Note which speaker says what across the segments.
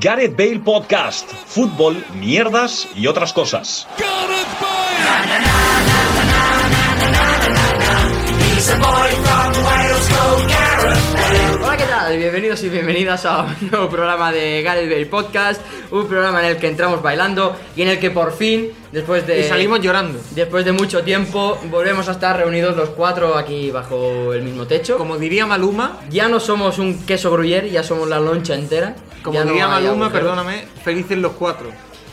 Speaker 1: Gareth Bale Podcast, fútbol, mierdas y otras cosas.
Speaker 2: Hola, ¿qué tal? Bienvenidos y bienvenidas a un nuevo programa de Gareth Bale Podcast, un programa en el que entramos bailando y en el que por fin, después de
Speaker 3: Y salimos llorando.
Speaker 2: después de mucho tiempo, volvemos a estar reunidos los cuatro aquí bajo el mismo techo.
Speaker 3: Como diría Maluma,
Speaker 2: ya no somos un queso gruyere, ya somos la loncha entera.
Speaker 3: como
Speaker 2: Ya no
Speaker 3: diría
Speaker 2: hay
Speaker 3: Maluma,
Speaker 2: agujeros.
Speaker 3: perdóname, felices los cuatro.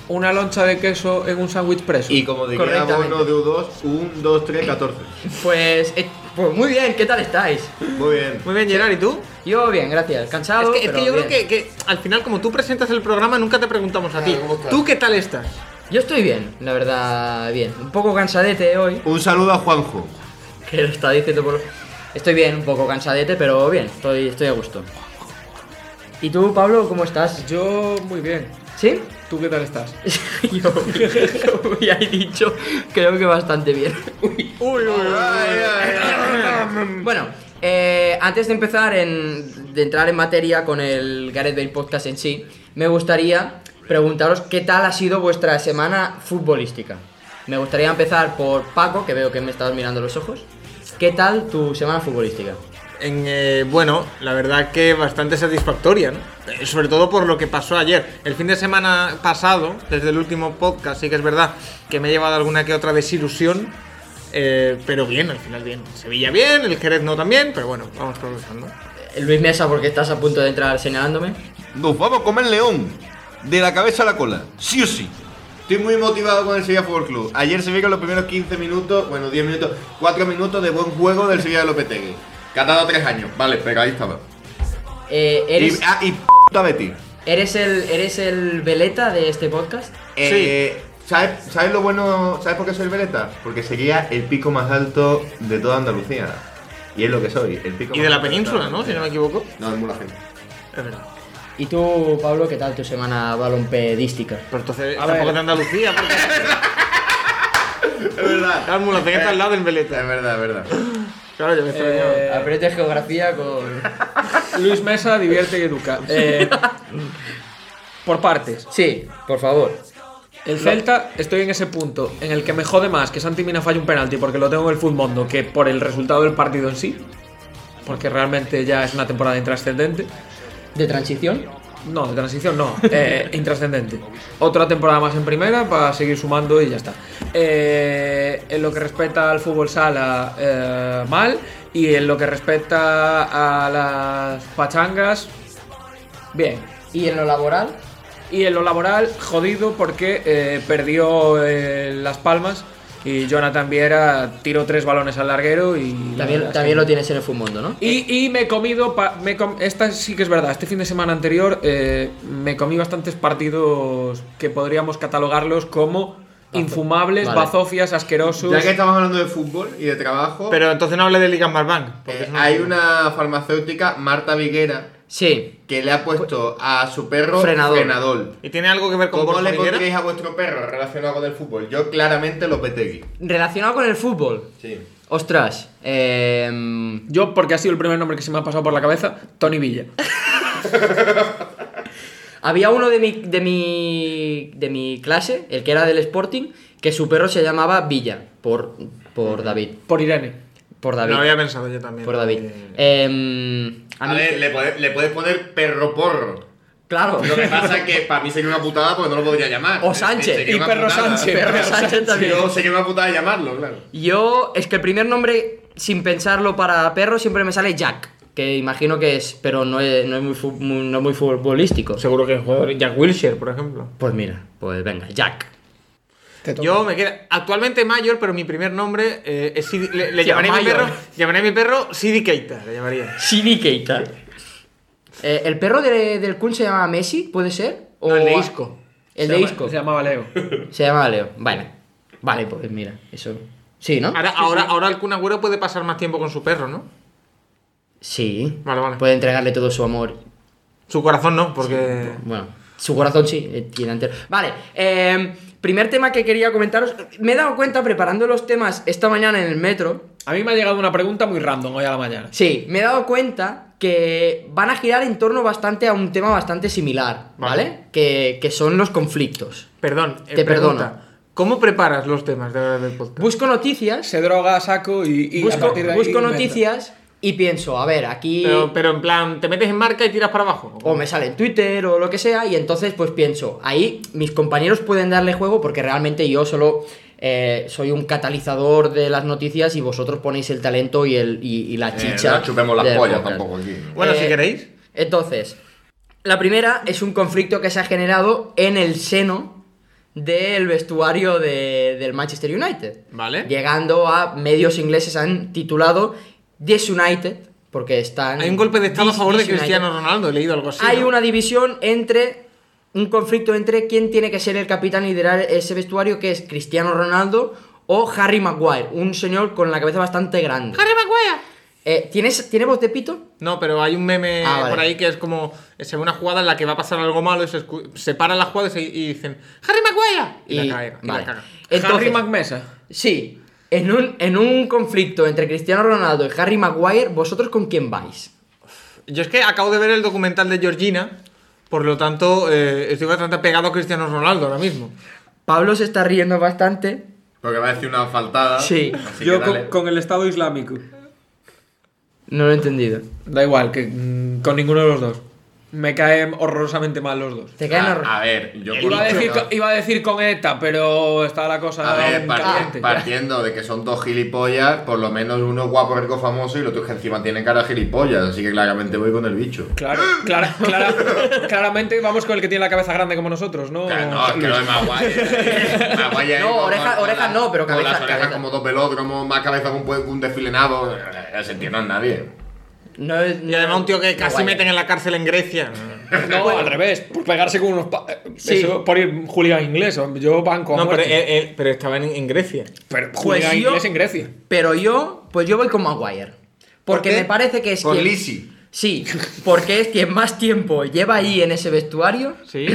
Speaker 4: una loncha de queso en un sándwich preso.
Speaker 5: Y como diría
Speaker 2: Correctamente.
Speaker 5: Bono de U2, 1, 2, 3, 14.
Speaker 2: Pues, eh, pues muy bien, ¿qué tal estáis?
Speaker 5: Muy bien.
Speaker 3: Muy bien, Gerard, ¿y tú?
Speaker 2: Yo bien, gracias.
Speaker 3: Es
Speaker 2: Cansado.
Speaker 3: que, es que
Speaker 2: pero
Speaker 3: yo creo que,
Speaker 2: bien.
Speaker 3: que al final, como tú presentas el programa, nunca te preguntamos a ti. ¿Tú qué tal estás?
Speaker 2: Yo estoy bien, la verdad, bien. Un poco cansadete hoy.
Speaker 5: Un saludo a Juanjo.
Speaker 2: que lo está diciendo por... Estoy bien, un poco cansadete, pero bien, estoy, estoy a gusto. ¿Y tú, Pablo, cómo estás?
Speaker 4: Yo muy bien.
Speaker 2: ¿Sí?
Speaker 4: ¿Tú qué tal estás?
Speaker 2: yo, yo ya he dicho, creo que bastante bien.
Speaker 3: Uy, uy,
Speaker 2: bueno, eh, antes de empezar, en, de entrar en materia con el Gareth Bale Podcast en sí, me gustaría preguntaros qué tal ha sido vuestra semana futbolística. Me gustaría empezar por Paco, que veo que me estabas mirando los ojos. ¿Qué tal tu semana futbolística?
Speaker 3: En, eh, bueno, la verdad que bastante satisfactoria, ¿no? Eh, sobre todo por lo que pasó ayer. El fin de semana pasado, desde el último podcast, sí que es verdad que me he llevado alguna que otra desilusión. eh, pero bien, al final bien. Sevilla bien, el Jerez no también, pero bueno, vamos progresando.
Speaker 2: Luis Mesa, porque estás a punto de entrar señalándome.
Speaker 5: Nos vamos a comer león. De la cabeza a la cola. Sí o sí. Estoy muy motivado con el Sevilla Fútbol Club. Ayer se vieron los primeros 15 minutos, bueno, 10 minutos, 4 minutos de buen juego del Sevilla de Lopetegui. Que ha dado 3 años. Vale, pero ahí estaba.
Speaker 2: Eh,
Speaker 5: Y,
Speaker 2: ¿eres,
Speaker 5: ah, y puta Betty.
Speaker 2: eres, el, ¿Eres el veleta de este podcast?
Speaker 5: Eh, ¿sabes, ¿Sabes lo bueno? ¿Sabes por qué soy el Veleta? Porque sería el pico más alto de toda Andalucía. Y es lo que soy, el pico
Speaker 3: Y
Speaker 5: más
Speaker 3: de la
Speaker 5: alto
Speaker 3: península,
Speaker 5: toda
Speaker 3: ¿no? Si no me
Speaker 5: Andalucía.
Speaker 3: equivoco.
Speaker 5: No, es muy la gente.
Speaker 3: Es verdad.
Speaker 2: ¿Y tú, Pablo, qué tal tu semana balompedística?
Speaker 3: Pero entonces
Speaker 4: A
Speaker 3: tampoco
Speaker 4: ver.
Speaker 3: es de Andalucía, porque
Speaker 5: Es verdad.
Speaker 3: Claro, Mulacén está al lado del
Speaker 5: Es
Speaker 3: veleta.
Speaker 5: verdad, es verdad.
Speaker 3: Claro, yo me extrañaba.
Speaker 4: Eh,
Speaker 2: Aprende geografía con...
Speaker 4: Luis Mesa divierte y educa. Eh, por partes.
Speaker 2: Sí, por favor.
Speaker 4: El Celta, estoy en ese punto en el que me jode más que Santi Mina falle un penalti porque lo tengo en el full mundo que por el resultado del partido en sí. Porque realmente ya es una temporada intrascendente.
Speaker 2: ¿De transición?
Speaker 4: No, de transición no, eh, intrascendente. Otra temporada más en primera para seguir sumando y ya está. Eh, en lo que respecta al fútbol sala, eh, mal. Y en lo que respecta a las pachangas, bien.
Speaker 2: ¿Y en lo laboral?
Speaker 4: Y en lo laboral, jodido porque eh, perdió eh, Las Palmas y Jonathan Viera tiró tres balones al larguero y... la verdad
Speaker 2: También,
Speaker 4: es
Speaker 2: también
Speaker 4: que-
Speaker 2: lo tienes en el Fumondo, ¿no?
Speaker 4: y, y me he comido. pa- me com- esta sí que es verdad. Este fin de semana anterior eh, me comí bastantes partidos que podríamos catalogarlos como infumables,
Speaker 2: Vale.
Speaker 4: bazofias, asquerosos.
Speaker 5: Ya que estamos hablando de fútbol y de trabajo,
Speaker 3: Pero entonces no hable de Ligas Marbank.
Speaker 5: eh, hay una farmacéutica, Marta Viguera,
Speaker 2: Sí.
Speaker 5: que le ha puesto a su perro
Speaker 2: Frenador.
Speaker 5: frenadol.
Speaker 3: ¿Y tiene algo que ver con
Speaker 5: ¿Cómo
Speaker 3: Borja
Speaker 5: le
Speaker 3: Higuera?
Speaker 5: pondríais a vuestro perro relacionado con el fútbol? Yo claramente lo petegui.
Speaker 2: Relacionado con el fútbol.
Speaker 5: Sí.
Speaker 2: Ostras. em,
Speaker 4: Yo, porque ha sido el primer nombre que se me ha pasado por la cabeza, Tony Villa.
Speaker 2: Había uno de mi, de mi de mi clase, el que era del Sporting, que su perro se llamaba Villa, por, por David.
Speaker 4: Por Irene.
Speaker 2: Por David.
Speaker 3: Lo había pensado yo también.
Speaker 2: Por David.
Speaker 3: Eh,
Speaker 2: Em, a
Speaker 5: A,
Speaker 2: mí-
Speaker 5: ver, le, pode- le puedes poner perro porro.
Speaker 2: claro.
Speaker 5: Lo que pasa es que para mí sería una putada porque no lo podría llamar. Eh,
Speaker 2: O Sánchez.
Speaker 5: Sería
Speaker 4: Y
Speaker 5: una
Speaker 4: perro
Speaker 5: putada.
Speaker 4: Sánchez.
Speaker 2: Perro Sánchez también.
Speaker 5: Yo sería una putada llamarlo, claro.
Speaker 2: Yo, es que el primer nombre, sin pensarlo para perro, siempre me sale Jack. Que imagino que es, pero no es, no es muy, fu- muy- no es muy futbolístico.
Speaker 3: Seguro que es jugador. Jack Wilshere, por ejemplo.
Speaker 2: Pues mira, pues venga, Jack.
Speaker 3: Yo me queda. Actualmente mayor, pero mi primer nombre eh, es Sidi- le, le llamaré a mi
Speaker 2: Mayor.
Speaker 3: perro. Llamaré a mi perro Sidi Keita, le llamaría.
Speaker 2: Sidi Keita. Eh, ¿El perro de- del Kun se llama Messi? ¿Puede ser? ¿O
Speaker 3: No, el de Isco.
Speaker 2: El
Speaker 4: Se
Speaker 2: de
Speaker 4: llama-
Speaker 2: Isco.
Speaker 4: Se llamaba Leo.
Speaker 2: Se llama Leo. Vale. Vale, pues mira, eso. Sí, ¿no?
Speaker 3: Ahora, ahora, ahora el Kun Agüero puede pasar más tiempo con su perro, ¿no?
Speaker 2: Sí.
Speaker 3: Vale, vale.
Speaker 2: Puede entregarle todo su amor.
Speaker 3: Su corazón no, porque.
Speaker 2: Bueno, su corazón sí, eh, tiene entero. Vale, eh, primer tema que quería comentaros. Me he dado cuenta preparando los temas esta mañana en el metro.
Speaker 4: A mí me ha llegado una pregunta muy random hoy a la mañana.
Speaker 2: Sí, me he dado cuenta que van a girar en torno bastante a un tema bastante similar, ¿vale? Que, que son los conflictos.
Speaker 3: Perdón,
Speaker 2: Te
Speaker 3: eh, pregunta.
Speaker 2: perdono.
Speaker 3: ¿Cómo preparas los temas de la hora del podcast?
Speaker 2: Busco noticias,
Speaker 4: Se droga a saco y, y a
Speaker 2: busco,
Speaker 4: partir de ahí
Speaker 2: busco
Speaker 4: inventa.
Speaker 2: noticias y pienso, a ver, aquí...
Speaker 3: Pero, pero en plan, te metes en marca y tiras para abajo.
Speaker 2: o me sale en Twitter o lo que sea, y entonces pues pienso, ahí mis compañeros pueden darle juego porque realmente yo solo eh, soy un catalizador de las noticias y vosotros ponéis el talento y, el, y, y la chicha.
Speaker 5: Eh, no chupemos las
Speaker 2: del
Speaker 5: pollas
Speaker 2: podcast. Eh,
Speaker 5: tampoco aquí.
Speaker 3: Bueno, si queréis.
Speaker 2: Entonces, la primera es un conflicto que se ha generado en el seno del vestuario de- del Manchester United.
Speaker 3: Vale.
Speaker 2: Llegando a medios ingleses han titulado Disunited, porque están...
Speaker 3: Hay un golpe de estado a
Speaker 2: Dis-
Speaker 3: favor de
Speaker 2: Disunited.
Speaker 3: Cristiano Ronaldo, he leído algo así.
Speaker 2: Hay
Speaker 3: ¿no?
Speaker 2: una división entre. Un conflicto entre quién tiene que ser el capitán y liderar ese vestuario, que es Cristiano Ronaldo o Harry Maguire, un señor con la cabeza bastante grande. ¡Harry Maguire! ¿tienes, ¿Tiene voz de pito?
Speaker 3: No, pero hay un meme
Speaker 2: Ah, vale.
Speaker 3: por ahí que es como se ve una jugada en la que va a pasar algo malo y se, escu- se paran las jugadas y, y dicen Harry Maguire y, la caga, y la
Speaker 2: vale.
Speaker 3: caga.
Speaker 4: Harry
Speaker 2: Entonces,
Speaker 4: Macmesa.
Speaker 2: sí, en un, en un conflicto entre Cristiano Ronaldo y Harry Maguire, ¿vosotros con quién vais?
Speaker 3: Yo es que acabo de ver el documental de Georgina, por lo tanto eh, estoy bastante pegado a Cristiano Ronaldo ahora mismo.
Speaker 2: Pablo se está riendo bastante.
Speaker 5: Porque va a decir una faltada.
Speaker 2: Sí.
Speaker 5: así
Speaker 4: Yo
Speaker 5: que
Speaker 4: con,
Speaker 5: dale.
Speaker 4: con el Estado Islámico.
Speaker 2: No lo he entendido.
Speaker 4: Da igual, que mm, con ninguno de los dos. Me caen horrorosamente mal los dos.
Speaker 2: Te caen
Speaker 5: Ah,
Speaker 2: los-
Speaker 5: a, ver, yo
Speaker 4: Iba a,
Speaker 5: conozco-
Speaker 4: decir, co- iba a decir con ETA, pero está la cosa
Speaker 5: A ver,
Speaker 4: aún
Speaker 5: parti-
Speaker 2: Ah,
Speaker 4: caliente.
Speaker 5: partiendo de que son dos gilipollas, por lo menos uno es guapo, rico, famoso y el otro es que encima tiene cara de gilipollas, así que claramente voy con el bicho.
Speaker 4: Claro, clara- clara- claramente vamos con el que tiene la cabeza grande como nosotros, ¿no?
Speaker 5: Claro, no, es que no es Maguire. Maguire ahí
Speaker 2: No,
Speaker 5: con-
Speaker 2: oreja-
Speaker 5: con
Speaker 2: orejas no, pero
Speaker 5: con
Speaker 2: cabeza-
Speaker 5: las orejas
Speaker 2: cabeza.
Speaker 5: como dos velódromos, más cabeza que un, pue- que un desfilenado. eh, Ese tío no es nadie.
Speaker 2: No es-
Speaker 3: Y además un tío que casi
Speaker 2: Maguire.
Speaker 3: meten en la cárcel en Grecia.
Speaker 4: No, al revés, por pegarse con unos. pa- eh,
Speaker 2: Sí.
Speaker 4: Eso, por ir Julián inglés, o- yo banco. a
Speaker 3: No, pero,
Speaker 4: muerte.
Speaker 3: eh, eh, pero estaba en, en Grecia.
Speaker 4: Pero
Speaker 2: Pues
Speaker 4: Julián
Speaker 2: yo-
Speaker 4: inglés en Grecia.
Speaker 2: Pero yo, pues yo voy con Maguire. Porque
Speaker 3: ¿Por qué?
Speaker 2: me parece que es
Speaker 5: Con
Speaker 2: quien-
Speaker 5: Lisi.
Speaker 2: Sí, porque es quien más tiempo lleva ahí en ese vestuario.
Speaker 3: Sí.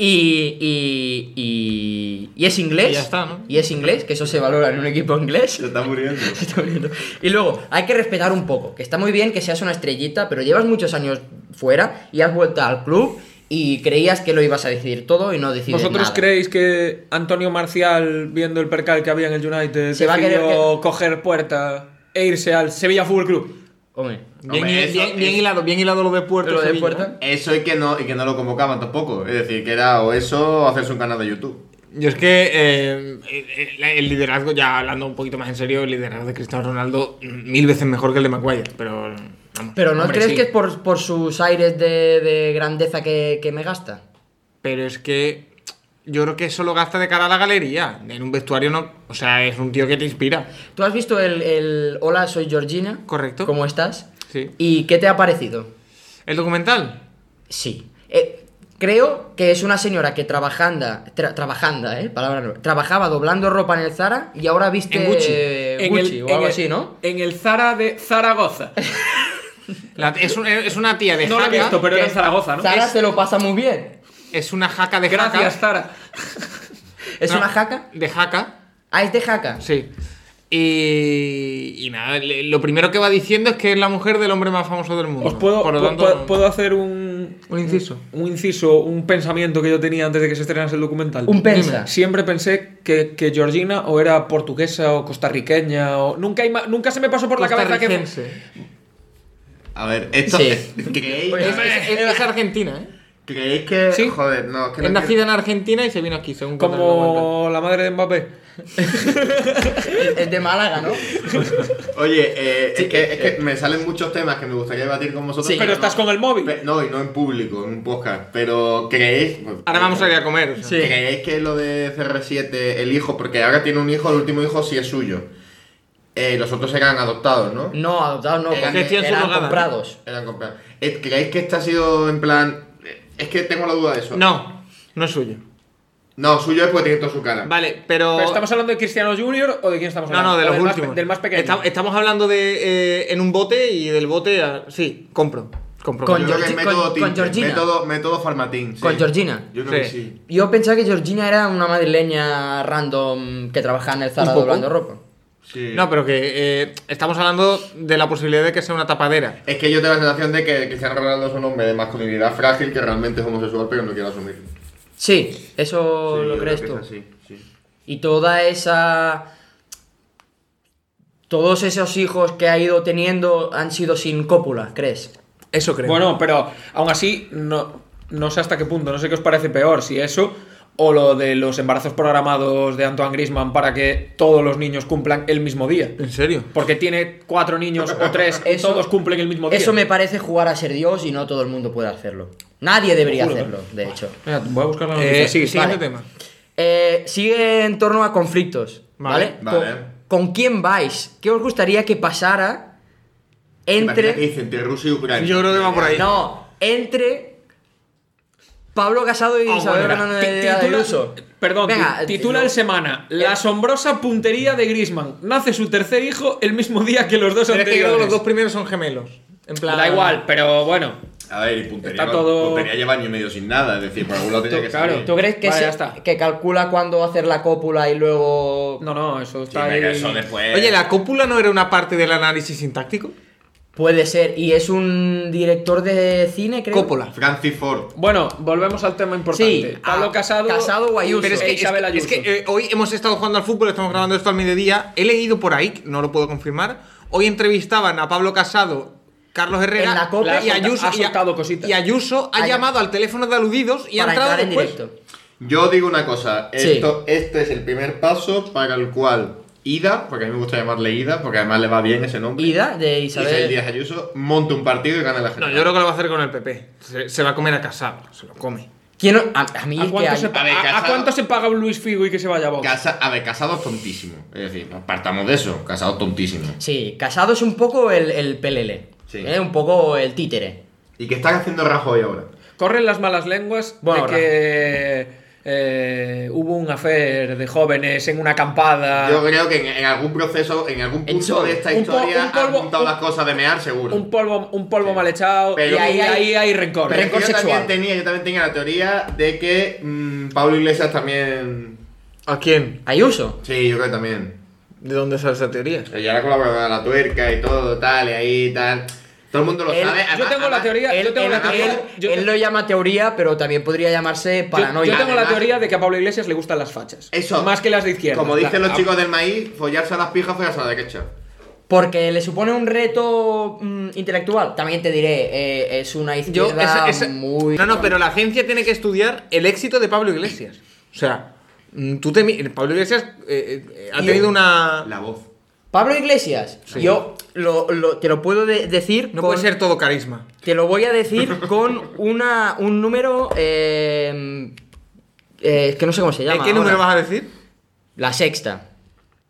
Speaker 2: Y, y, y, y es inglés.
Speaker 3: Y ya está, ¿no?
Speaker 2: Y es inglés, que eso se valora en un equipo inglés.
Speaker 5: está muriendo.
Speaker 2: Se está muriendo. Y luego, hay que respetar un poco, que está muy bien que seas una estrellita, pero llevas muchos años fuera y has vuelto al club y creías que lo ibas a decidir todo y no decides
Speaker 4: ¿Vosotros
Speaker 2: nada.
Speaker 4: creéis que Antonio Marcial, viendo el percal que había en el United,
Speaker 2: Se va a
Speaker 4: decidió
Speaker 2: querer
Speaker 4: coger puerta e irse al Sevilla Fútbol Club?
Speaker 2: Hombre,
Speaker 3: Bien,
Speaker 5: Hombre,
Speaker 3: bien-
Speaker 5: eso
Speaker 3: bien- bien
Speaker 5: es-
Speaker 3: hilado, bien hilado lo de Puerto
Speaker 2: ¿lo de
Speaker 3: Sevilla,
Speaker 2: puerta?
Speaker 3: ¿no?
Speaker 5: Eso y que, no, y que no lo convocaban tampoco. Es decir, que era o eso o hacerse un canal de YouTube.
Speaker 3: Yo es que eh, el- el liderazgo, ya hablando un poquito más en serio, el liderazgo de Cristiano Ronaldo mm, mil veces mejor que el de Maguire, pero vamos.
Speaker 2: ¿Pero no
Speaker 4: Hombre,
Speaker 2: crees
Speaker 4: sí.
Speaker 2: que es por, por sus aires de, de grandeza que, que me gasta?
Speaker 3: Pero es que yo creo que eso lo gasta de cara a la galería. En un vestuario no, o sea, es un tío que te inspira.
Speaker 2: ¿Tú has visto el, el Hola, soy Georgina?
Speaker 3: Correcto.
Speaker 2: ¿Cómo estás?
Speaker 3: Sí.
Speaker 2: ¿Y qué te ha parecido?
Speaker 3: El documental.
Speaker 2: Sí. Eh, creo que es una señora que trabajanda, tra- trabajanda, eh, palabra nueva, trabajaba doblando ropa en el Zara y ahora viste
Speaker 3: En Gucci.
Speaker 2: eh, Gucci o algo así, ¿no?
Speaker 4: En el Zara de Zaragoza.
Speaker 3: La- es, un- es una tía de
Speaker 4: No lo he
Speaker 3: jaca.
Speaker 4: visto, pero era en
Speaker 2: Que
Speaker 4: Zaragoza, ¿no?
Speaker 2: Zara
Speaker 4: Es-
Speaker 2: se lo pasa muy bien.
Speaker 3: Es una jaca de jaca.
Speaker 4: Gracias, Zara.
Speaker 2: ¿Es
Speaker 3: No,
Speaker 2: una jaca?
Speaker 3: De jaca.
Speaker 2: Ah, es de jaca.
Speaker 3: Sí. Y, y nada, le- lo primero que va diciendo es que es la mujer del hombre más famoso del mundo.
Speaker 4: Os puedo,
Speaker 3: Por lo
Speaker 4: pu-
Speaker 3: tanto,
Speaker 4: pu- puedo hacer un,
Speaker 3: Un inciso.
Speaker 4: un inciso, un pensamiento que yo tenía antes de que se estrenase el documental.
Speaker 2: Un pensa.
Speaker 4: Siempre pensé que, que Georgina o era portuguesa o costarriqueña o nunca, ima- nunca se me pasó por la cabeza que
Speaker 3: Costarricense.
Speaker 5: A ver, esto.
Speaker 2: Sí.
Speaker 5: ¿Creéis,
Speaker 3: Es, es- es- es argentina, ¿eh?
Speaker 5: ¿Creéis que.?
Speaker 4: Sí.
Speaker 5: Joder, no, es que
Speaker 3: Es
Speaker 5: no.
Speaker 3: nacida en Argentina y se vino aquí, según cuenta el documental.
Speaker 4: como la madre de Mbappé.
Speaker 2: Es es de Málaga, ¿no?
Speaker 5: Oye, eh, es, que, es que me salen muchos temas que me gustaría debatir con vosotros.
Speaker 2: Sí,
Speaker 4: pero
Speaker 5: no-
Speaker 4: estás con el móvil.
Speaker 5: Pe- No, y no en público, en un podcast. Pero creéis. pues,
Speaker 3: Ahora vamos a ir a comer. o sea.
Speaker 2: Sí.
Speaker 5: ¿Creéis que lo de CR7, el hijo, porque ahora tiene un hijo, el último hijo sí es suyo? Eh, los otros eran adoptados, ¿no?
Speaker 2: No, adoptados no,
Speaker 5: Eran-
Speaker 2: porque
Speaker 3: Gestión
Speaker 2: eran
Speaker 3: subrogada, ¿no?
Speaker 2: comprados.
Speaker 5: Eran comprados. Eh, ¿Creéis que este ha sido en plan.? eh, Es que tengo la duda de eso.
Speaker 3: No, no es suyo.
Speaker 5: No, suyo es porque tiene toda su cara.
Speaker 3: Vale, pero.
Speaker 4: Pero ¿Estamos hablando de Cristiano Junior o de quién estamos
Speaker 3: no,
Speaker 4: hablando?
Speaker 3: no, de
Speaker 4: O
Speaker 3: los
Speaker 4: del más pe-
Speaker 3: últimos.
Speaker 4: del más pequeño.
Speaker 3: Esta- estamos hablando de eh, en un bote y del bote. a- sí, compro. compro.
Speaker 2: Con
Speaker 5: Yo creo que
Speaker 2: Georgi-
Speaker 5: es método
Speaker 2: con- con
Speaker 5: Tinder,
Speaker 2: Georgina.
Speaker 5: Método, método Farmatín. sí.
Speaker 2: Con Georgina.
Speaker 5: Yo creo
Speaker 3: Sí.
Speaker 5: que sí.
Speaker 2: Yo pensaba que Georgina era una madrileña random que trabajaba en el Zara
Speaker 3: Un poco.
Speaker 2: doblando ropa.
Speaker 5: Sí.
Speaker 3: No, pero que eh, estamos hablando de la posibilidad de que sea una tapadera.
Speaker 5: Es que yo tengo la sensación de que Cristiano Ronaldo es un hombre de masculinidad frágil que realmente es homosexual pero no quiere asumirlo.
Speaker 2: Sí, eso
Speaker 5: Sí, yo
Speaker 2: lo
Speaker 5: creo
Speaker 2: crees
Speaker 5: que
Speaker 2: tú.
Speaker 5: es así, sí.
Speaker 2: Y toda esa. Todos esos hijos que ha ido teniendo han sido sin cópula, ¿crees?
Speaker 3: Eso creo.
Speaker 4: Bueno, pero aún así, no, no sé hasta qué punto, no sé qué os parece peor, si eso o lo de los embarazos programados de Antoine Grisman para que todos los niños cumplan el mismo día.
Speaker 3: ¿En serio?
Speaker 4: Porque tiene cuatro niños o tres, y
Speaker 2: Eso-
Speaker 4: todos cumplen el mismo día.
Speaker 2: Eso me parece jugar a ser Dios y no todo el mundo puede hacerlo. Nadie debería
Speaker 4: juro, ¿eh?
Speaker 2: hacerlo, de hecho.
Speaker 4: Mira, voy a buscar la noticia.
Speaker 3: Eh,
Speaker 4: Sigue, sigue.
Speaker 3: siguiente
Speaker 2: vale.
Speaker 3: tema.
Speaker 2: Eh, sigue en torno a conflictos, ¿vale?
Speaker 3: Vale,
Speaker 5: vale.
Speaker 2: Con, ¿con quién vais? ¿Qué os gustaría que pasara
Speaker 5: Imagina que
Speaker 2: entre.
Speaker 5: dice entre Rusia y Ucrania.
Speaker 3: Yo creo que va por ahí.
Speaker 2: No, entre. Pablo Casado y
Speaker 3: Ah,
Speaker 2: Isabel
Speaker 3: bueno,
Speaker 2: Fernández
Speaker 4: Ti-
Speaker 2: de Ayuso.
Speaker 4: perdón,
Speaker 2: Venga,
Speaker 4: ti- titula
Speaker 3: eh,
Speaker 2: no.
Speaker 4: el semana. La asombrosa puntería de Grisman. Nace su tercer hijo el mismo día que los dos
Speaker 3: Pero es que
Speaker 4: anteriores.
Speaker 3: creo que los dos primeros son gemelos. En plan,
Speaker 4: Da igual, pero bueno.
Speaker 5: A ver, y puntería,
Speaker 4: Está
Speaker 5: no-
Speaker 4: todo-
Speaker 5: puntería lleva año y medio sin nada, es decir, por algún lado tenía que
Speaker 4: Claro,
Speaker 5: salir.
Speaker 2: ¿Tú crees que,
Speaker 4: Vale,
Speaker 2: se-
Speaker 4: ya está.
Speaker 2: que calcula cuándo hacer la cópula y luego
Speaker 4: No, no, eso
Speaker 5: Sí,
Speaker 4: está ahí.
Speaker 5: venga, eso después...
Speaker 3: Oye, ¿la cópula no era una parte del análisis sintáctico?
Speaker 2: puede ser? Y es un director de cine, creo.
Speaker 3: Cópula.
Speaker 5: Francis Ford.
Speaker 4: Bueno, volvemos al tema importante.
Speaker 2: Sí,
Speaker 4: Pablo
Speaker 2: a-
Speaker 4: Casado,
Speaker 2: Casado o Ayuso.
Speaker 4: Pero es que,
Speaker 2: Eh,
Speaker 4: Isabel
Speaker 3: es
Speaker 4: Ayuso.
Speaker 3: que eh, hoy hemos estado jugando al fútbol, estamos grabando esto al mediodía. He leído por ahí, no lo puedo confirmar. Hoy entrevistaban a Pablo Casado, Carlos Herrera
Speaker 2: En la COPE.
Speaker 3: y
Speaker 4: Le ha solta-
Speaker 3: Ayuso.
Speaker 4: ha
Speaker 3: y a-
Speaker 4: soltado cositas.
Speaker 3: y Ayuso ha
Speaker 2: Ha llam-
Speaker 3: llamado al teléfono de aludidos y ha
Speaker 2: Ah, para
Speaker 3: entrado
Speaker 2: entrar en
Speaker 3: después.
Speaker 2: directo.
Speaker 5: Yo digo una cosa,
Speaker 2: Sí.
Speaker 5: esto, este es el primer paso para el cual Ida, porque a mí me gusta llamarle Ida, porque además le va bien ese nombre.
Speaker 2: Ida de Isabel.
Speaker 5: Isabel Díaz Ayuso monta un partido y gana la gente.
Speaker 3: No, yo creo que lo va a hacer con el PP. Se, se va a comer a Casado, se lo come.
Speaker 2: ¿Quién no- a, a mí este
Speaker 4: ¿A
Speaker 2: es que
Speaker 4: cuánto,
Speaker 2: hay-
Speaker 4: se,
Speaker 5: A ver,
Speaker 4: a- a
Speaker 5: Casado-
Speaker 4: cuánto se paga un Luis Figo y que se vaya a Vox?
Speaker 5: Casa, a ver, casado es tontísimo. Es decir, partamos de eso, casado es tontísimo.
Speaker 2: Sí, Casado es un poco el, el pelele.
Speaker 5: Sí.
Speaker 2: ¿eh? Un poco el títere.
Speaker 5: ¿Y qué están haciendo Rajoy ahora?
Speaker 4: Corren las malas lenguas de
Speaker 2: Bueno, ahora.
Speaker 4: que eh, hubo un afer de jóvenes en una acampada.
Speaker 5: Yo creo que en, en algún proceso, en algún punto
Speaker 2: Hecho,
Speaker 5: de esta
Speaker 4: Ah. un po-
Speaker 5: historia,
Speaker 4: un polvo-
Speaker 5: han juntado
Speaker 4: un-
Speaker 5: las cosas de mear, seguro.
Speaker 4: Un polvo, un polvo mal echado.
Speaker 5: Pero-
Speaker 4: y ahí, ahí hay rencor.
Speaker 5: Pero es que
Speaker 2: rencor
Speaker 5: yo también
Speaker 2: sexual.
Speaker 5: tenía, yo también tenía la teoría de que mm, Pablo Iglesias también.
Speaker 3: ¿A quién?
Speaker 2: Ayuso.
Speaker 5: Sí, yo creo que también.
Speaker 3: ¿De dónde sale esa teoría?
Speaker 5: Ya la colaboradora de la tuerca y todo, tal, y ahí, tal. Todo el mundo lo
Speaker 2: Él-
Speaker 5: sabe.
Speaker 4: yo tengo la teoría- yo
Speaker 2: Él,
Speaker 4: tengo
Speaker 2: él-
Speaker 4: la teoría-
Speaker 2: él-
Speaker 4: yo-
Speaker 2: él lo llama teoría, pero también podría llamarse
Speaker 4: Yo- yo,
Speaker 2: paranoia.
Speaker 4: tengo la
Speaker 5: Además-
Speaker 4: teoría de que a Pablo Iglesias le gustan las fachas.
Speaker 5: Eso.
Speaker 4: Más que las de izquierda.
Speaker 5: Como dicen
Speaker 4: La-
Speaker 5: los chicos del maíz, follarse a las pijas, follarse a la derecha.
Speaker 2: Porque le supone un reto mm, intelectual. También te diré, eh, es una
Speaker 3: Yo,
Speaker 2: izquierda
Speaker 3: esa- esa-
Speaker 2: muy.
Speaker 3: No, no, pero la ciencia tiene que estudiar el éxito de Pablo Iglesias. O sea, mm, tú te... mi- Pablo Iglesias eh, eh, ha
Speaker 2: Y-
Speaker 3: tenido una...
Speaker 5: La voz.
Speaker 2: Pablo Iglesias, yo lo- lo- te lo puedo de- decir.
Speaker 3: No
Speaker 2: con-
Speaker 3: puede ser todo carisma.
Speaker 2: Te lo voy a decir con una, un número. eh, eh, es que no sé cómo se llama.
Speaker 3: ¿Eh, ¿Qué
Speaker 2: ahora.
Speaker 3: número vas a decir?
Speaker 2: La sexta.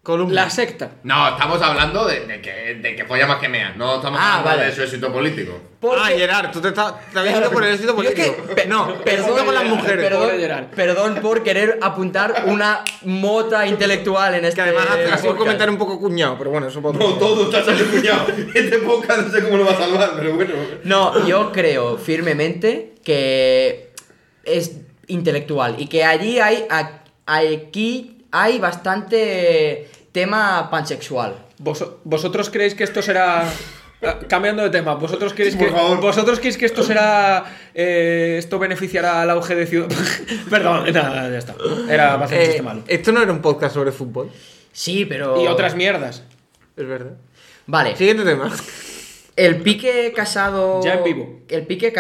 Speaker 3: Columna.
Speaker 4: La secta.
Speaker 5: No, estamos hablando de, de que, de que folla más que mea. No estamos
Speaker 2: Ah,
Speaker 5: hablando
Speaker 2: vale.
Speaker 5: de su éxito político.
Speaker 3: Ah, Gerard, tú te, estás- te habías ido por el éxito
Speaker 2: Yo es que-
Speaker 3: político.
Speaker 2: pe-
Speaker 3: no, éxito con las
Speaker 2: Gerard,
Speaker 3: mujeres.
Speaker 4: Pobre
Speaker 2: Perdón,
Speaker 4: Gerard.
Speaker 2: perdón por querer apuntar una mota intelectual en este.
Speaker 3: Que además ha sido un
Speaker 2: podcast.
Speaker 3: comentario un poco cuñado, pero bueno, eso puedo...
Speaker 5: todo está saliendo cuñado. Este podcast no sé cómo lo va a salvar, pero bueno.
Speaker 2: No, yo creo firmemente que es intelectual y que allí hay. a- Aquí hay bastante tema pansexual.
Speaker 4: Vos- ¿Vosotros creéis que esto será... Ah, Cambiando de tema, ¿vosotros creéis
Speaker 5: Por
Speaker 4: que,
Speaker 5: favor.
Speaker 4: ¿vosotros creéis que esto será... eh, esto beneficiará al auge de Ciudad... Perdón, nada, ya está. Era bastante
Speaker 3: Eh,
Speaker 4: chiste malo.
Speaker 3: esto no era un podcast sobre fútbol,
Speaker 2: Sí, pero.
Speaker 4: Y otras mierdas.
Speaker 3: es verdad.
Speaker 2: Vale.
Speaker 3: Siguiente tema.
Speaker 2: El pique casado.
Speaker 4: Ya en vivo.
Speaker 2: El pique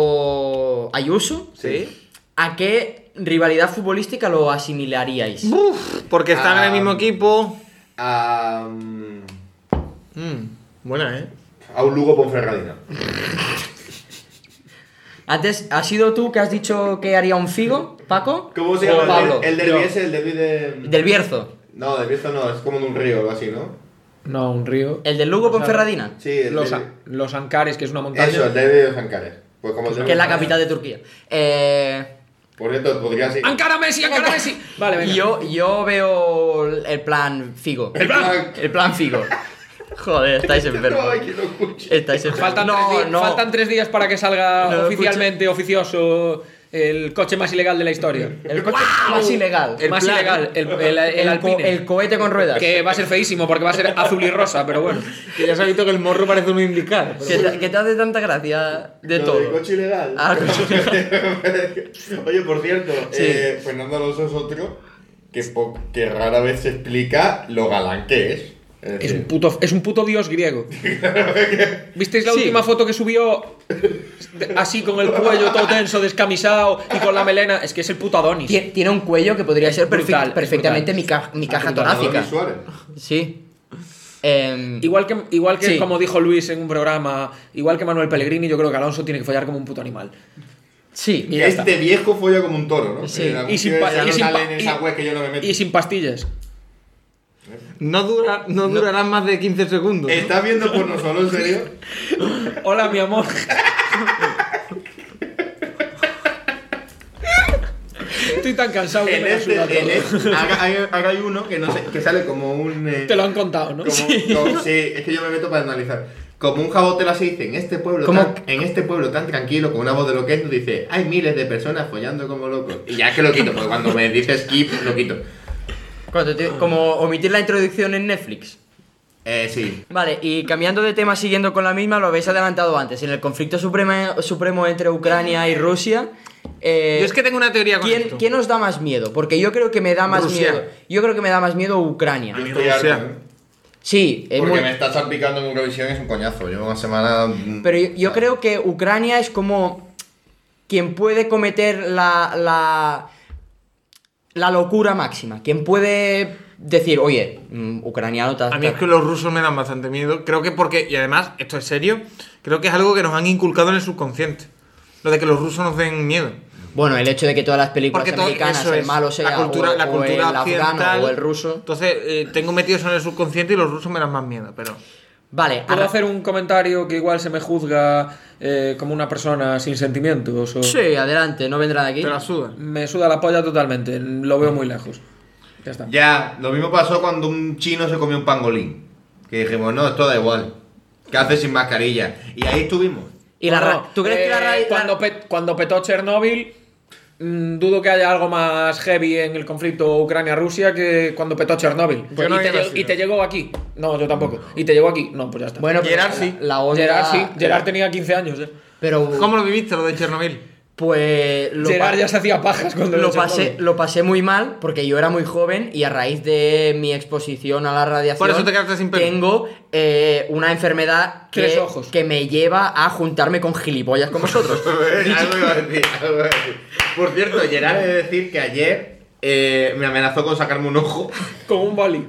Speaker 2: casado Ayuso.
Speaker 3: Sí.
Speaker 2: ¿A qué rivalidad futbolística lo asimilaríais?
Speaker 3: Uf, porque están en el
Speaker 5: Ah.
Speaker 3: mismo equipo.
Speaker 5: A, mm,
Speaker 3: Mm, buena, ¿eh?
Speaker 5: a un Lugo Ponferradina.
Speaker 2: Antes, ¿has sido tú que has dicho que haría un figo, Paco?
Speaker 5: ¿Cómo se
Speaker 2: ¿O
Speaker 5: llama? el
Speaker 2: Pablo?
Speaker 5: der- El derbi
Speaker 4: yo.
Speaker 5: ese, el derbi de.
Speaker 2: Del Bierzo.
Speaker 5: No, del Bierzo no, es como de un río o algo así, ¿no?
Speaker 4: No, un río.
Speaker 2: El del Lugo
Speaker 4: O sea,
Speaker 2: con Ferradina.
Speaker 5: Sí, el
Speaker 4: Los,
Speaker 5: derbi-
Speaker 4: los Ancares, que es una montaña.
Speaker 5: Eso, el derbi de los Ancares. Pues como el derbi
Speaker 2: Que es la
Speaker 5: de los
Speaker 2: capital de Turquía. Eh,
Speaker 5: Ancares. Por cierto, podría ser.
Speaker 4: ¡Ankara Messi, Ankara Messi! Vale, venga.
Speaker 2: yo, yo veo el plan figo.
Speaker 5: El plan.
Speaker 2: El plan figo. Joder, estáis enfermos.
Speaker 5: Ay, que lo escucho.
Speaker 2: Estáis enfermos.
Speaker 4: Faltan,
Speaker 2: no,
Speaker 4: tres di-
Speaker 2: no.
Speaker 4: faltan tres días para que salga
Speaker 2: No,
Speaker 4: oficialmente oficioso el coche más ilegal de la historia.
Speaker 2: El coche Ah, más ilegal.
Speaker 4: El más
Speaker 3: plan.
Speaker 4: ilegal, el, el- el
Speaker 2: El co-
Speaker 4: alpine.
Speaker 2: el cohete con ruedas.
Speaker 4: que va a ser feísimo porque va a ser azul y rosa, pero bueno.
Speaker 3: Que ya se ha visto que el morro parece un indicar.
Speaker 2: Que te, que te hace tanta gracia de
Speaker 5: Lo
Speaker 2: todo.
Speaker 5: del coche ilegal.
Speaker 2: Ah,
Speaker 5: Oye, por cierto, eh, Fernando Alonso es otro que, po- que rara vez se explica lo galán que es.
Speaker 4: Es
Speaker 5: Es
Speaker 4: un
Speaker 5: decir,
Speaker 4: puto, es un puto dios griego. ¿Visteis la
Speaker 2: Sí.
Speaker 4: última foto que subió de- así con el cuello todo tenso, descamisado y con la melena? Es que es el puto Adonis.
Speaker 2: Tie- Tiene un cuello que podría ser perfe-
Speaker 4: Brutal, es
Speaker 2: perfectamente mi,
Speaker 4: brutal.
Speaker 2: ca- mi caja
Speaker 5: Fernando
Speaker 2: torácica.
Speaker 5: Luis Suárez.
Speaker 2: Sí. Em,
Speaker 4: Igual que, igual que
Speaker 2: Sí.
Speaker 4: como dijo Luis en un programa, igual que Manuel Pellegrini, yo creo que Alonso tiene que follar como un puto animal.
Speaker 2: sí.
Speaker 4: Y ya está.
Speaker 5: Este viejo folla como un toro, ¿no?
Speaker 2: Sí.
Speaker 5: Eh, la
Speaker 4: Y sin,
Speaker 5: mujer
Speaker 4: pa-
Speaker 5: ya
Speaker 4: y
Speaker 5: no
Speaker 4: sin
Speaker 5: sale
Speaker 4: pa-
Speaker 5: en esa web que yo no me meto.
Speaker 4: y sin pastillas.
Speaker 3: No, dura, no durará más de 15 segundos. ¿no?
Speaker 5: ¿Estás viendo porno solo, en serio?
Speaker 4: Hola, mi amor. Estoy tan cansado que
Speaker 5: en
Speaker 4: me la
Speaker 5: este,
Speaker 4: suda todo.
Speaker 5: en este- haga- hay, haga hay uno que, no sé, que sale como un... eh,
Speaker 4: Te lo han contado, ¿no?
Speaker 5: como- como- sí, es que yo me meto para analizar. Como un jabotela se dice, en este pueblo
Speaker 2: ¿Cómo?
Speaker 5: tan, en este pueblo tan tranquilo, con una voz de lo que es, dice, hay miles de personas follando como locos. Y ya que lo quito, porque cuando me dices skip, lo quito.
Speaker 2: Cuando te- como omitir la introducción en Netflix.
Speaker 5: Eh, sí.
Speaker 2: Vale, y cambiando de tema, siguiendo con la misma, lo habéis adelantado antes. En el conflicto supremo, supremo entre Ucrania y Rusia. eh,
Speaker 3: Yo es que tengo una teoría con
Speaker 2: ¿quién,
Speaker 3: esto.
Speaker 2: ¿Quién os da más miedo? Porque yo creo que me da más
Speaker 3: Rusia.
Speaker 2: miedo. Yo creo que me da más miedo Ucrania.
Speaker 5: Yo estoy harto,
Speaker 3: Rusia.
Speaker 5: ¿eh?
Speaker 2: Sí, es
Speaker 5: Porque
Speaker 2: muy-
Speaker 5: me está salpicando en Eurovisión es un coñazo. Llevo una semana. mm,
Speaker 2: Pero yo, yo creo que Ucrania es como quien puede cometer la, la, la locura máxima. Quien puede decir, oye, mm, ucraniano, ta-
Speaker 3: A mí es
Speaker 2: ta-
Speaker 3: que los rusos me dan bastante miedo. Creo que porque, y además, esto es serio, creo que es algo que nos han inculcado en el subconsciente. Lo de que los rusos nos den miedo.
Speaker 2: Bueno, el hecho de que todas las películas
Speaker 3: Porque todo
Speaker 2: americanas,
Speaker 3: eso
Speaker 2: el
Speaker 3: es
Speaker 2: malo pues sea
Speaker 3: la cultura,
Speaker 2: o,
Speaker 3: la
Speaker 2: o
Speaker 3: cultura
Speaker 2: el afgano o
Speaker 3: occidental.
Speaker 2: el ruso.
Speaker 3: Entonces, eh, tengo metido eso en el subconsciente y los rusos me dan más miedo, pero...
Speaker 2: Vale,
Speaker 4: ¿Puedo
Speaker 2: arra-
Speaker 4: hacer un comentario que igual se me juzga eh, como una persona sin sentimientos? o-
Speaker 2: Sí, adelante, no vendrá de aquí.
Speaker 3: Te la sudan.
Speaker 4: Me suda la polla totalmente, lo veo muy lejos. Ya está.
Speaker 5: Ya, lo mismo pasó cuando un chino se comió un pangolín. Que dijimos, no, esto da igual. ¿Qué hace sin mascarilla? Y ahí estuvimos.
Speaker 2: ¿Y la
Speaker 4: No,
Speaker 2: ra-
Speaker 4: no,
Speaker 2: ¿Tú crees que la
Speaker 4: eh,
Speaker 2: raíz...
Speaker 4: Cuando, pe- cuando petó Chernóbil, mm, dudo que haya algo más heavy en el conflicto Ucrania-Rusia que cuando petó Chernóbil.
Speaker 3: Pues
Speaker 4: y,
Speaker 3: no
Speaker 4: te
Speaker 3: llega
Speaker 4: lle-
Speaker 3: así,
Speaker 4: y te
Speaker 3: ¿no?
Speaker 4: llegó aquí. No, yo tampoco. Y te llegó aquí. No, pues ya está.
Speaker 2: Bueno, pero
Speaker 3: Gerard
Speaker 2: la-
Speaker 3: sí.
Speaker 2: La onda...
Speaker 4: Gerard sí. Gerard tenía 15 años. eh.
Speaker 2: Pero...
Speaker 3: ¿Cómo lo viviste, lo de Chernobyl?
Speaker 2: Pues... Lo
Speaker 4: Gerard
Speaker 2: pa-
Speaker 4: ya se hacía pajas cuando
Speaker 2: lo
Speaker 4: vio
Speaker 2: pasé,
Speaker 4: Chernóbil.
Speaker 2: lo pasé muy mal porque yo era muy joven y a raíz de mi exposición a la radiación
Speaker 3: Por eso te quedaste sin pelo.
Speaker 2: tengo eh, una enfermedad
Speaker 4: Tres
Speaker 2: que,
Speaker 4: ojos.
Speaker 2: que me lleva a juntarme con gilipollas como vosotros.
Speaker 5: algo iba a decir, algo iba a decir. Por cierto, Gerard, he de decir que ayer eh, me amenazó con sacarme un ojo.
Speaker 4: Con un boli.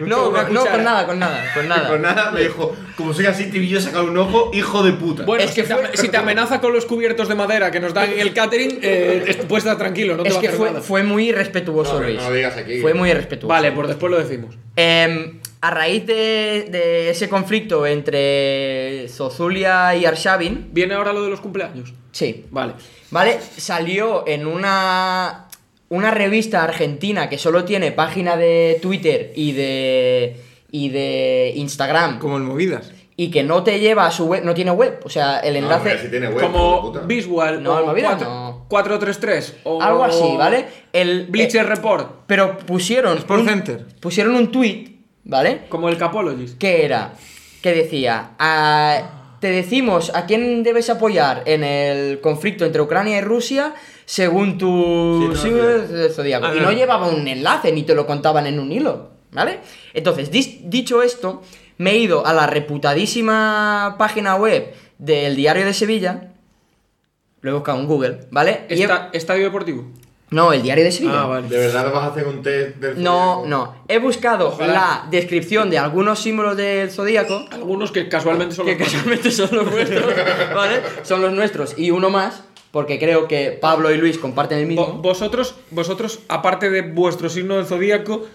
Speaker 2: no,
Speaker 4: una
Speaker 2: con, no,
Speaker 4: cuchara.
Speaker 2: con nada, con nada, con
Speaker 5: Y
Speaker 2: nada.
Speaker 5: Con nada, me dijo, como soy así, te vi yo sacar un ojo, hijo de puta.
Speaker 4: Bueno,
Speaker 2: Es
Speaker 4: si,
Speaker 2: que
Speaker 4: te,
Speaker 2: fue-
Speaker 4: am- si te amenaza con los cubiertos de madera que nos dan en el catering, eh, est- puedes estar tranquilo, no te
Speaker 2: es
Speaker 4: va a
Speaker 2: que
Speaker 4: hacer
Speaker 2: fue,
Speaker 4: nada.
Speaker 2: fue muy irrespetuoso,
Speaker 5: No, pero
Speaker 2: Luis.
Speaker 5: no lo digas aquí.
Speaker 2: Fue muy irrespetuoso.
Speaker 4: Vale, pues después lo decimos.
Speaker 2: Em, a raíz de, de ese conflicto entre Zozulia y Arshavin,
Speaker 4: ¿Viene ahora lo de los cumpleaños?
Speaker 2: sí,
Speaker 4: Vale.
Speaker 2: ¿Vale? Salió en una. Una revista argentina que solo tiene página de Twitter y de. y de Instagram.
Speaker 3: Como el Movidas.
Speaker 2: Y que no te lleva a su web. No tiene web. O sea, el
Speaker 5: No, hombre,
Speaker 2: enlace.
Speaker 5: si tiene web, hijo de
Speaker 4: como
Speaker 5: puta.
Speaker 4: Visual
Speaker 2: No,
Speaker 4: o
Speaker 2: Alma Vida
Speaker 4: cuatro-
Speaker 2: no.
Speaker 4: 433 o
Speaker 2: Algo así, ¿vale? El.
Speaker 4: Bleacher
Speaker 2: eh,
Speaker 4: Report,
Speaker 2: pero pusieron.
Speaker 3: Sport
Speaker 2: un-
Speaker 3: Center.
Speaker 2: Pusieron un tweet, ¿vale?
Speaker 4: como el Capologist.
Speaker 2: que era que decía "Ah, te decimos a quién debes apoyar en el conflicto entre Ucrania y Rusia según tu
Speaker 5: Sí, no,
Speaker 2: signo
Speaker 5: sí.
Speaker 2: de zodiaco".
Speaker 3: Ah,
Speaker 2: y
Speaker 3: no,
Speaker 2: no
Speaker 3: no.
Speaker 2: llevaba un enlace ni te lo contaban en un hilo vale entonces dis- dicho esto me he ido a la reputadísima página web del Diario de Sevilla lo he buscado en Google vale Y he-
Speaker 4: Esta- Estadio Deportivo.
Speaker 2: no el Diario de Sevilla
Speaker 4: Ah, vale.
Speaker 5: ¿De verdad vas a hacer un test del
Speaker 2: no
Speaker 5: zodiaco?
Speaker 2: no he buscado
Speaker 4: Ojalá.
Speaker 2: la descripción de algunos símbolos del zodíaco
Speaker 4: Algunos que casualmente son
Speaker 2: que
Speaker 4: los
Speaker 2: casualmente son los nuestros, ¿vale? Son los nuestros y uno más, porque creo que Pablo y Luis comparten el mismo.
Speaker 4: Vo- vosotros, vosotros, aparte de vuestro signo del zodíaco,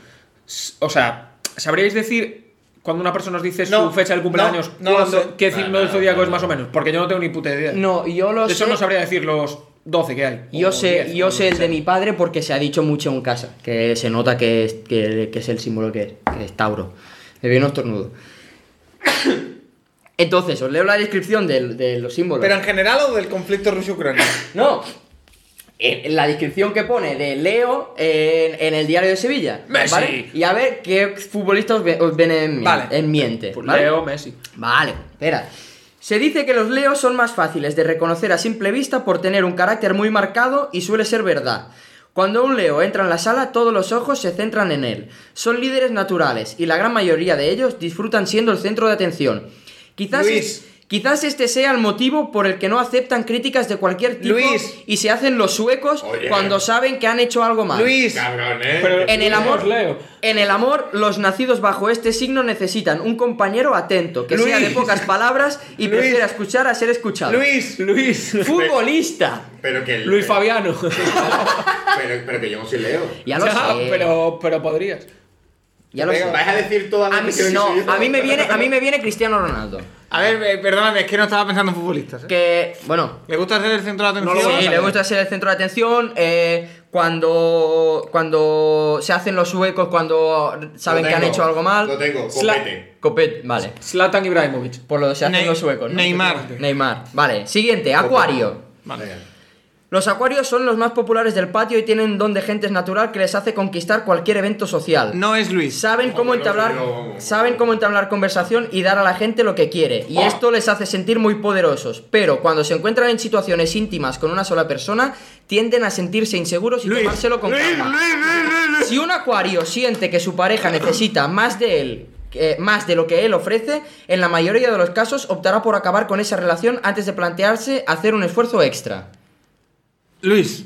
Speaker 4: s- o sea, ¿sabríais decir cuando una persona os dice
Speaker 3: No,
Speaker 4: su fecha de cumpleaños
Speaker 3: no, no lo
Speaker 4: cuándo-
Speaker 3: sé.
Speaker 4: qué
Speaker 5: No,
Speaker 4: signo
Speaker 5: no,
Speaker 4: del
Speaker 5: no,
Speaker 4: zodíaco
Speaker 5: no,
Speaker 4: es más o menos? Porque yo no tengo ni puta idea.
Speaker 2: No, yo lo
Speaker 4: Eso
Speaker 2: sé.
Speaker 4: no sabría decir los 12 que hay.
Speaker 2: Yo
Speaker 4: o
Speaker 2: sé,
Speaker 4: 10,
Speaker 2: yo
Speaker 4: o
Speaker 2: sé el
Speaker 4: lo que
Speaker 2: de
Speaker 4: sea.
Speaker 2: mi padre porque se ha dicho mucho en casa, que se nota que es, que, que es el símbolo que es, que es Tauro. Me viene un estornudo. Entonces, os leo la descripción del- de, los símbolos.
Speaker 3: general o del conflicto ruso-ucraniano?
Speaker 2: No. en Eh, la descripción que pone de Leo en, en el diario de Sevilla.
Speaker 4: Messi.
Speaker 2: ¿vale? Y a ver qué futbolista os, ve- os ven en,
Speaker 4: Vale.
Speaker 2: en miente.
Speaker 4: Pues
Speaker 2: ¿vale?
Speaker 4: Leo Messi.
Speaker 2: Vale, espera. Se dice que los leos son más fáciles de reconocer a simple vista por tener un carácter muy marcado y suele ser verdad. Cuando un leo entra en la sala, todos los ojos se centran en él. Son líderes naturales y la gran mayoría de ellos disfrutan siendo el centro de atención. Quizás,
Speaker 3: Luis.
Speaker 2: quizás este sea el motivo por el que no aceptan críticas de cualquier tipo
Speaker 3: Luis.
Speaker 2: y se hacen los suecos
Speaker 5: Oye.
Speaker 2: cuando saben que han hecho algo mal.
Speaker 3: Luis,
Speaker 5: Cabrón, ¿eh?
Speaker 2: En el amor,
Speaker 4: Leo.
Speaker 2: en el amor, los nacidos bajo este signo necesitan un compañero atento, que sea de
Speaker 3: Luis.
Speaker 2: pocas palabras y
Speaker 3: Luis.
Speaker 2: prefiera escuchar a ser escuchado.
Speaker 3: Luis,
Speaker 4: Luis.
Speaker 2: Futbolista.
Speaker 5: pero que el-
Speaker 4: Luis Fabiano.
Speaker 5: Pero, pero que yo no soy Leo.
Speaker 2: Ya lo sé.
Speaker 4: Pero, pero podrías.
Speaker 2: ya lo
Speaker 5: Venga,
Speaker 2: sé.
Speaker 5: ¿Vais a decir toda la
Speaker 2: A mí,
Speaker 5: que soy
Speaker 2: no,
Speaker 5: yo?
Speaker 2: a mí me viene, a mí me viene Cristiano Ronaldo.
Speaker 3: A ver, eh, perdóname, es que no estaba pensando en futbolistas. ¿eh?
Speaker 2: Que bueno,
Speaker 3: ¿Le gusta ser el centro de
Speaker 4: No lo
Speaker 3: atención?
Speaker 4: vas
Speaker 2: sí,
Speaker 4: a
Speaker 2: le
Speaker 4: ver.
Speaker 2: gusta ser el centro de atención. eh, cuando cuando se hacen los huecos, cuando saben
Speaker 5: Lo
Speaker 2: que han
Speaker 5: tengo,
Speaker 2: hecho algo
Speaker 5: Lo
Speaker 2: mal.
Speaker 5: tengo,
Speaker 4: Sla-
Speaker 5: copete.
Speaker 2: Copet, vale.
Speaker 4: Zlatan Ibrahimovic.
Speaker 2: Por lo que se hacen
Speaker 3: Ney-
Speaker 2: los huecos. ¿no?
Speaker 3: Neymar.
Speaker 2: Neymar. Vale. Siguiente, Acuario.
Speaker 5: Venga.
Speaker 2: Los acuarios son los más populares del patio y tienen un don de gentes natural que les hace conquistar cualquier evento social.
Speaker 3: No es Luis.
Speaker 2: Saben cómo
Speaker 5: Hombre, no,
Speaker 2: entablar,
Speaker 5: no.
Speaker 2: saben cómo entablar conversación y dar a la gente lo que quiere, y
Speaker 5: Ah.
Speaker 2: esto les hace sentir muy poderosos. Pero cuando se encuentran en situaciones íntimas con una sola persona, tienden a sentirse inseguros y tomárselo con calma. Si un acuario siente que su pareja necesita más de él, eh, más de lo que él ofrece, en la mayoría de los casos optará por acabar con esa relación antes de plantearse hacer un esfuerzo extra.
Speaker 3: Luis.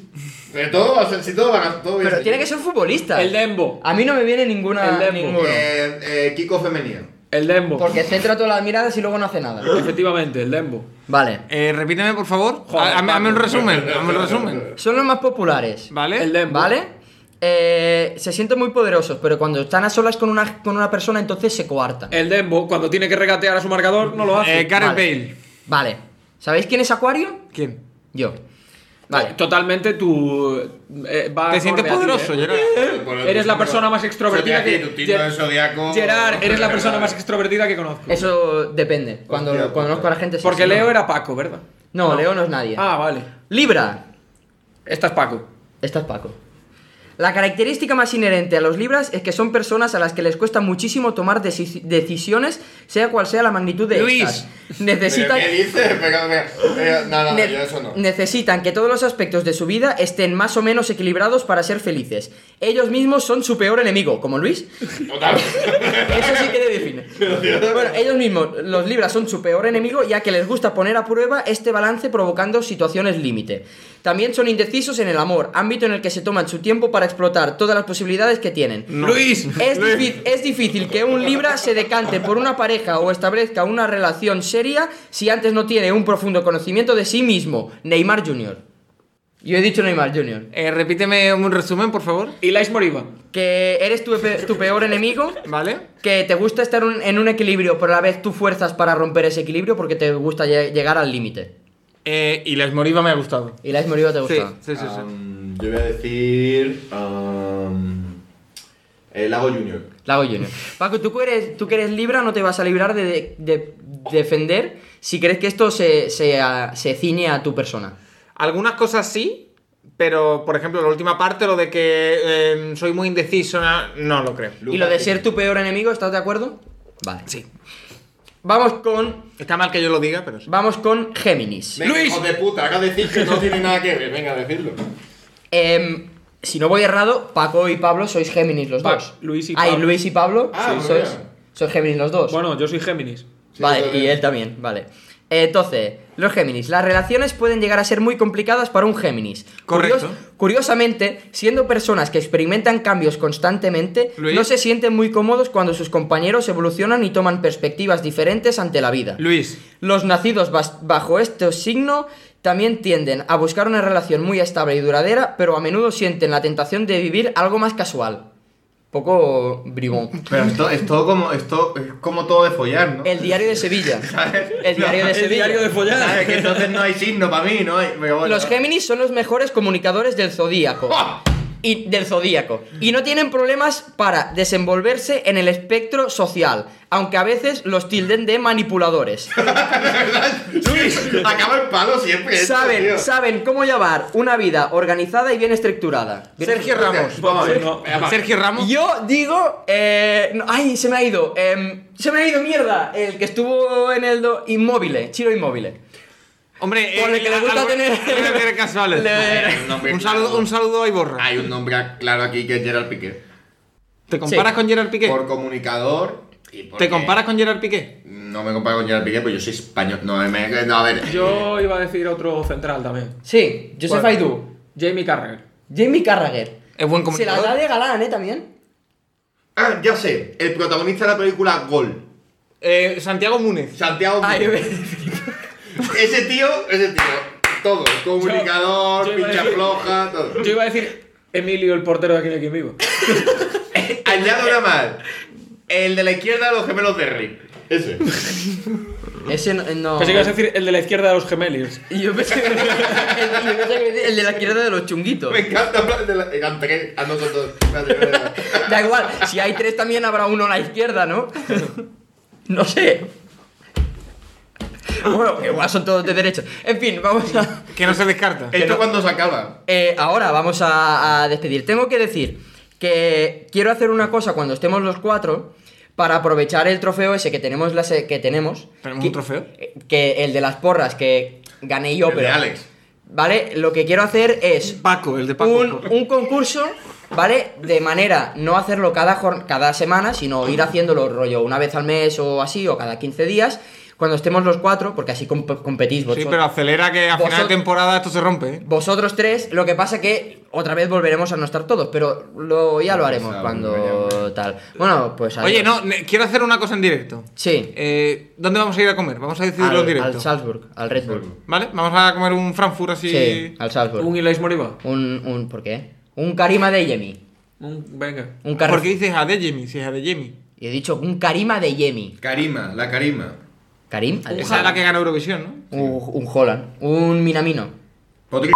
Speaker 5: Pero todo, va a ser- si todo van a. Todo
Speaker 2: Pero tiene que ser futbolista.
Speaker 4: El Dembo.
Speaker 2: A mí no me viene ninguna.
Speaker 4: El Dembo.
Speaker 2: ninguno.
Speaker 5: Eh, eh, Kiko femenino.
Speaker 4: El Dembo.
Speaker 2: Porque centra todas las miradas y luego no hace nada.
Speaker 4: Efectivamente, el Dembo.
Speaker 2: Vale.
Speaker 3: Eh, repíteme, por favor.
Speaker 4: Joder,
Speaker 3: Ha- hazme, hazme un
Speaker 4: Paco.
Speaker 3: resumen. Hazme un resumen. Eh,
Speaker 2: Son los más populares.
Speaker 3: ¿Vale?
Speaker 4: El Dembo.
Speaker 2: ¿Vale? Eh, se sienten muy poderosos, pero cuando están a solas con una, con una persona, entonces se coartan.
Speaker 4: El Dembo, cuando tiene que regatear a su marcador, no lo hace.
Speaker 3: Eh, Gareth
Speaker 2: Vale.
Speaker 3: Bale.
Speaker 2: Vale. ¿Sabéis quién es Acuario?
Speaker 3: ¿Quién?
Speaker 2: Yo. Vale.
Speaker 4: Totalmente tú. eh, va
Speaker 3: ¿Te sientes
Speaker 4: acorde a ti,
Speaker 3: poderoso,
Speaker 4: eh.
Speaker 3: Gerard?
Speaker 4: Eres la persona más extrovertida que.
Speaker 5: Tu signo de zodiaco.
Speaker 4: Gerard, eres la persona más extrovertida que conozco.
Speaker 2: Eso depende. Cuando,
Speaker 5: Hostia,
Speaker 2: cuando conozco a la gente. sí,
Speaker 4: Porque
Speaker 2: sí, no.
Speaker 4: Leo era Paco, ¿verdad?
Speaker 2: No, Leo no es nadie.
Speaker 4: Ah, vale.
Speaker 2: Libra.
Speaker 4: Esta es Paco.
Speaker 2: Esta es Paco. La característica más inherente a los libras es que son personas a las que les cuesta muchísimo tomar deci- decisiones, sea cual sea la magnitud de
Speaker 3: Luis.
Speaker 2: estas.
Speaker 5: ¿Pero
Speaker 2: Necesitan,
Speaker 5: ¿Qué dices? Pero, pero, pero, no, no, no,
Speaker 2: ne-
Speaker 5: yo eso no.
Speaker 2: necesitan que todos los aspectos de su vida estén más o menos equilibrados para ser felices. Ellos mismos son su peor enemigo, como Luis.
Speaker 5: Total.
Speaker 2: Eso sí que le define. Bueno, ellos mismos, los libras, son su peor enemigo ya que les gusta poner a prueba este balance provocando situaciones límite. También son indecisos en el amor, ámbito en el que se toman su tiempo para explotar todas las posibilidades que tienen.
Speaker 3: Luis.
Speaker 2: Es, difí- es difícil que un Libra se decante por una pareja o establezca una relación seria si antes no tiene un profundo conocimiento de sí mismo. Neymar Jr. Yo he dicho Neymar Jr.
Speaker 3: Eh, repíteme un resumen, por favor.
Speaker 4: Y Lais Moriba.
Speaker 2: Que eres tu, pe- tu peor enemigo.
Speaker 3: ¿Vale?
Speaker 2: Que te gusta estar un- en un equilibrio, pero a la vez tú fuerzas para romper ese equilibrio porque te gusta lle- llegar al límite.
Speaker 3: Eh, y Les Moriba me ha gustado.
Speaker 2: Y la Moriba te gusta.
Speaker 3: Sí, sí, sí. sí.
Speaker 5: Um, yo voy a decir. um, el Lago Junior.
Speaker 2: Lago Junior. Paco, tú que, eres, tú que eres Libra no te vas a librar de, de- de defender si crees que esto se, se, ah, se ciñe a tu persona.
Speaker 3: Algunas cosas sí, pero por ejemplo, la última parte, lo de que eh, soy muy indeciso, na- no lo creo.
Speaker 2: Y lo de ser tu peor enemigo, ¿estás de acuerdo? Vale.
Speaker 3: Sí.
Speaker 2: Vamos con.
Speaker 3: Está mal que yo lo diga, pero sí.
Speaker 2: Vamos con Géminis.
Speaker 5: Venga,
Speaker 4: Luis.
Speaker 5: hijo de puta, acá decir que no tiene nada que ver. Venga, decirlo.
Speaker 2: Em, si no voy errado, Paco y Pablo sois Géminis los
Speaker 4: Pa-
Speaker 2: dos.
Speaker 4: Luis y
Speaker 2: Ay,
Speaker 4: Pablo.
Speaker 2: Luis y Pablo.
Speaker 5: Ah, muy
Speaker 2: sois,
Speaker 5: bien.
Speaker 2: sois Géminis los dos.
Speaker 4: Bueno, yo soy Géminis.
Speaker 5: Sí,
Speaker 2: vale,
Speaker 5: vale.
Speaker 2: y él también, vale. Entonces, los Géminis. Las relaciones pueden llegar a ser muy complicadas para un Géminis.
Speaker 3: Correcto.
Speaker 2: curiosamente, siendo personas que experimentan cambios constantemente,
Speaker 3: Luis.
Speaker 2: no se sienten muy cómodos cuando sus compañeros evolucionan y toman perspectivas diferentes ante la vida.
Speaker 3: Luis.
Speaker 2: Los nacidos bas- bajo este signo también tienden a buscar una relación muy estable y duradera, pero a menudo sienten la tentación de vivir algo más casual. Poco bribón.
Speaker 5: Pero esto, esto, como, esto es como todo de follar, ¿no?
Speaker 2: El diario de Sevilla. El diario de Sevilla.
Speaker 5: ¿Sabes? Que entonces no hay signo para mí, ¿no? Hay, pero bueno.
Speaker 2: Los Géminis son los mejores comunicadores del zodíaco.
Speaker 5: ¡Ah!
Speaker 2: y del zodíaco. Y no tienen problemas para desenvolverse en el espectro social, aunque a veces los tilden de manipuladores.
Speaker 5: Acaba el palo siempre. esto,
Speaker 2: saben,
Speaker 5: tío.
Speaker 2: saben cómo llevar una vida organizada y bien estructurada.
Speaker 3: Sergio Ramos.
Speaker 5: Vamos a ver.
Speaker 4: No.
Speaker 5: Venga, va.
Speaker 3: Sergio Ramos.
Speaker 2: Yo digo, eh, no- ay, se me ha ido, em, se me ha ido mierda, el que estuvo en el do, inmóvil, Chiro inmóvil.
Speaker 3: Hombre,
Speaker 2: Por el que le gusta
Speaker 3: algo-
Speaker 2: tener-
Speaker 3: algo que tiene casuales.
Speaker 2: Le-
Speaker 5: Un nombre
Speaker 3: Un saludo,
Speaker 5: claro.
Speaker 3: un saludo a Iborra.
Speaker 5: Hay un nombre claro aquí que es Gerard Piqué.
Speaker 3: ¿Te comparas
Speaker 2: Sí.
Speaker 3: con Gerard Piqué?
Speaker 5: Por comunicador y por.
Speaker 3: ¿Te comparas con Gerard Piqué?
Speaker 5: No me comparo con Gerard Piqué, pero yo soy español. No, me- no, a ver.
Speaker 4: Yo iba a decir otro central también.
Speaker 2: Sí, Joseph
Speaker 4: ¿Cuál?
Speaker 2: Aidú,
Speaker 4: Jamie Carragher.
Speaker 2: Jamie Carragher.
Speaker 3: Es buen
Speaker 2: Se la da
Speaker 3: comunicador.
Speaker 2: de galán, ¿eh? También.
Speaker 5: Ah, ya sé. El protagonista de la película Gol.
Speaker 3: Eh, Santiago Múnez.
Speaker 5: Santiago.
Speaker 2: Ay,
Speaker 5: Muñoz. ese tío, ese tío. Todo. Comunicador,
Speaker 4: Yo- yo iba a
Speaker 5: pincha
Speaker 4: decir-
Speaker 5: floja, todo.
Speaker 4: Yo iba a decir Emilio, el portero de aquí de Quien Vivo.
Speaker 5: Añado una más. El de la izquierda, los gemelos de Rick. Ese.
Speaker 2: ese no... no- eh.
Speaker 4: Pensé que ibas a decir el de la izquierda de los gemelios.
Speaker 2: Y yo pensé que- el, yo pensé que el de la izquierda de los chunguitos.
Speaker 5: Me encanta hablar de la. Eran tres. Ah, no, son dos. Vale, vale, vale.
Speaker 2: Da igual, si hay tres también habrá uno a la izquierda, ¿no? No sé. Bueno, igual son todos de derecha. En fin, vamos a...
Speaker 3: Que no se descarta.
Speaker 5: ¿Esto cuándo se acaba?
Speaker 2: Eh, ahora vamos a, a despedir. Tengo que decir que quiero hacer una cosa cuando estemos los cuatro para aprovechar el trofeo ese que tenemos. La se- que tenemos
Speaker 3: ¿Tenemos
Speaker 2: que,
Speaker 3: un trofeo?
Speaker 2: eh, Que el de las porras que gané yo,
Speaker 5: El de
Speaker 2: pero.
Speaker 5: Alex.
Speaker 2: Vale, lo que quiero hacer es
Speaker 3: Paco, el de Paco.
Speaker 2: un, un concurso, ¿vale? De manera no hacerlo cada, jorn- cada semana, sino ir haciéndolo rollo una vez al mes o así, o cada 15 días, cuando estemos los cuatro, porque así comp- competís vosotros.
Speaker 3: Sí, pero acelera que a final
Speaker 2: Vosotros-
Speaker 3: de temporada esto se rompe. ¿eh?
Speaker 2: Vosotros tres, lo que pasa que otra vez volveremos a no estar todos, pero lo, ya lo haremos
Speaker 5: Pues, ah,
Speaker 2: cuando
Speaker 5: bueno,
Speaker 2: tal. Bueno, pues adiós.
Speaker 3: Oye, no, ne- quiero hacer una cosa en directo.
Speaker 2: Sí.
Speaker 3: Eh, ¿Dónde vamos a ir a comer? Vamos a decidirlo en
Speaker 2: Al,
Speaker 3: directo.
Speaker 2: al Salzburg, al Red Bull.
Speaker 3: ¿Vale? Vamos a comer un Frankfurt así.
Speaker 2: Sí, al Salzburg.
Speaker 4: Un
Speaker 2: Un,
Speaker 4: Ilais Moriba.
Speaker 2: un ¿por qué? Un Karima de Yemi.
Speaker 4: Un, venga.
Speaker 2: Un
Speaker 3: ¿Por qué
Speaker 2: Karima.
Speaker 3: dices a de Jimmy? Si es a de Jimmy.
Speaker 2: He dicho un Karima de Yemi.
Speaker 5: Karima, la Karima.
Speaker 2: Karim,
Speaker 3: Esa es la que gana Eurovisión, ¿no?
Speaker 2: un, un Holland, un Minamino.
Speaker 5: Podri-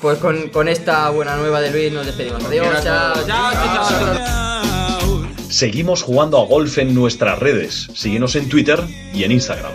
Speaker 2: Pues con, con esta buena nueva de Luis nos despedimos. Adiós,
Speaker 5: quiera
Speaker 2: chao.
Speaker 5: todo.
Speaker 3: Chao, chicos.
Speaker 1: Seguimos jugando a golf en nuestras redes. Síguenos en Twitter y en Instagram.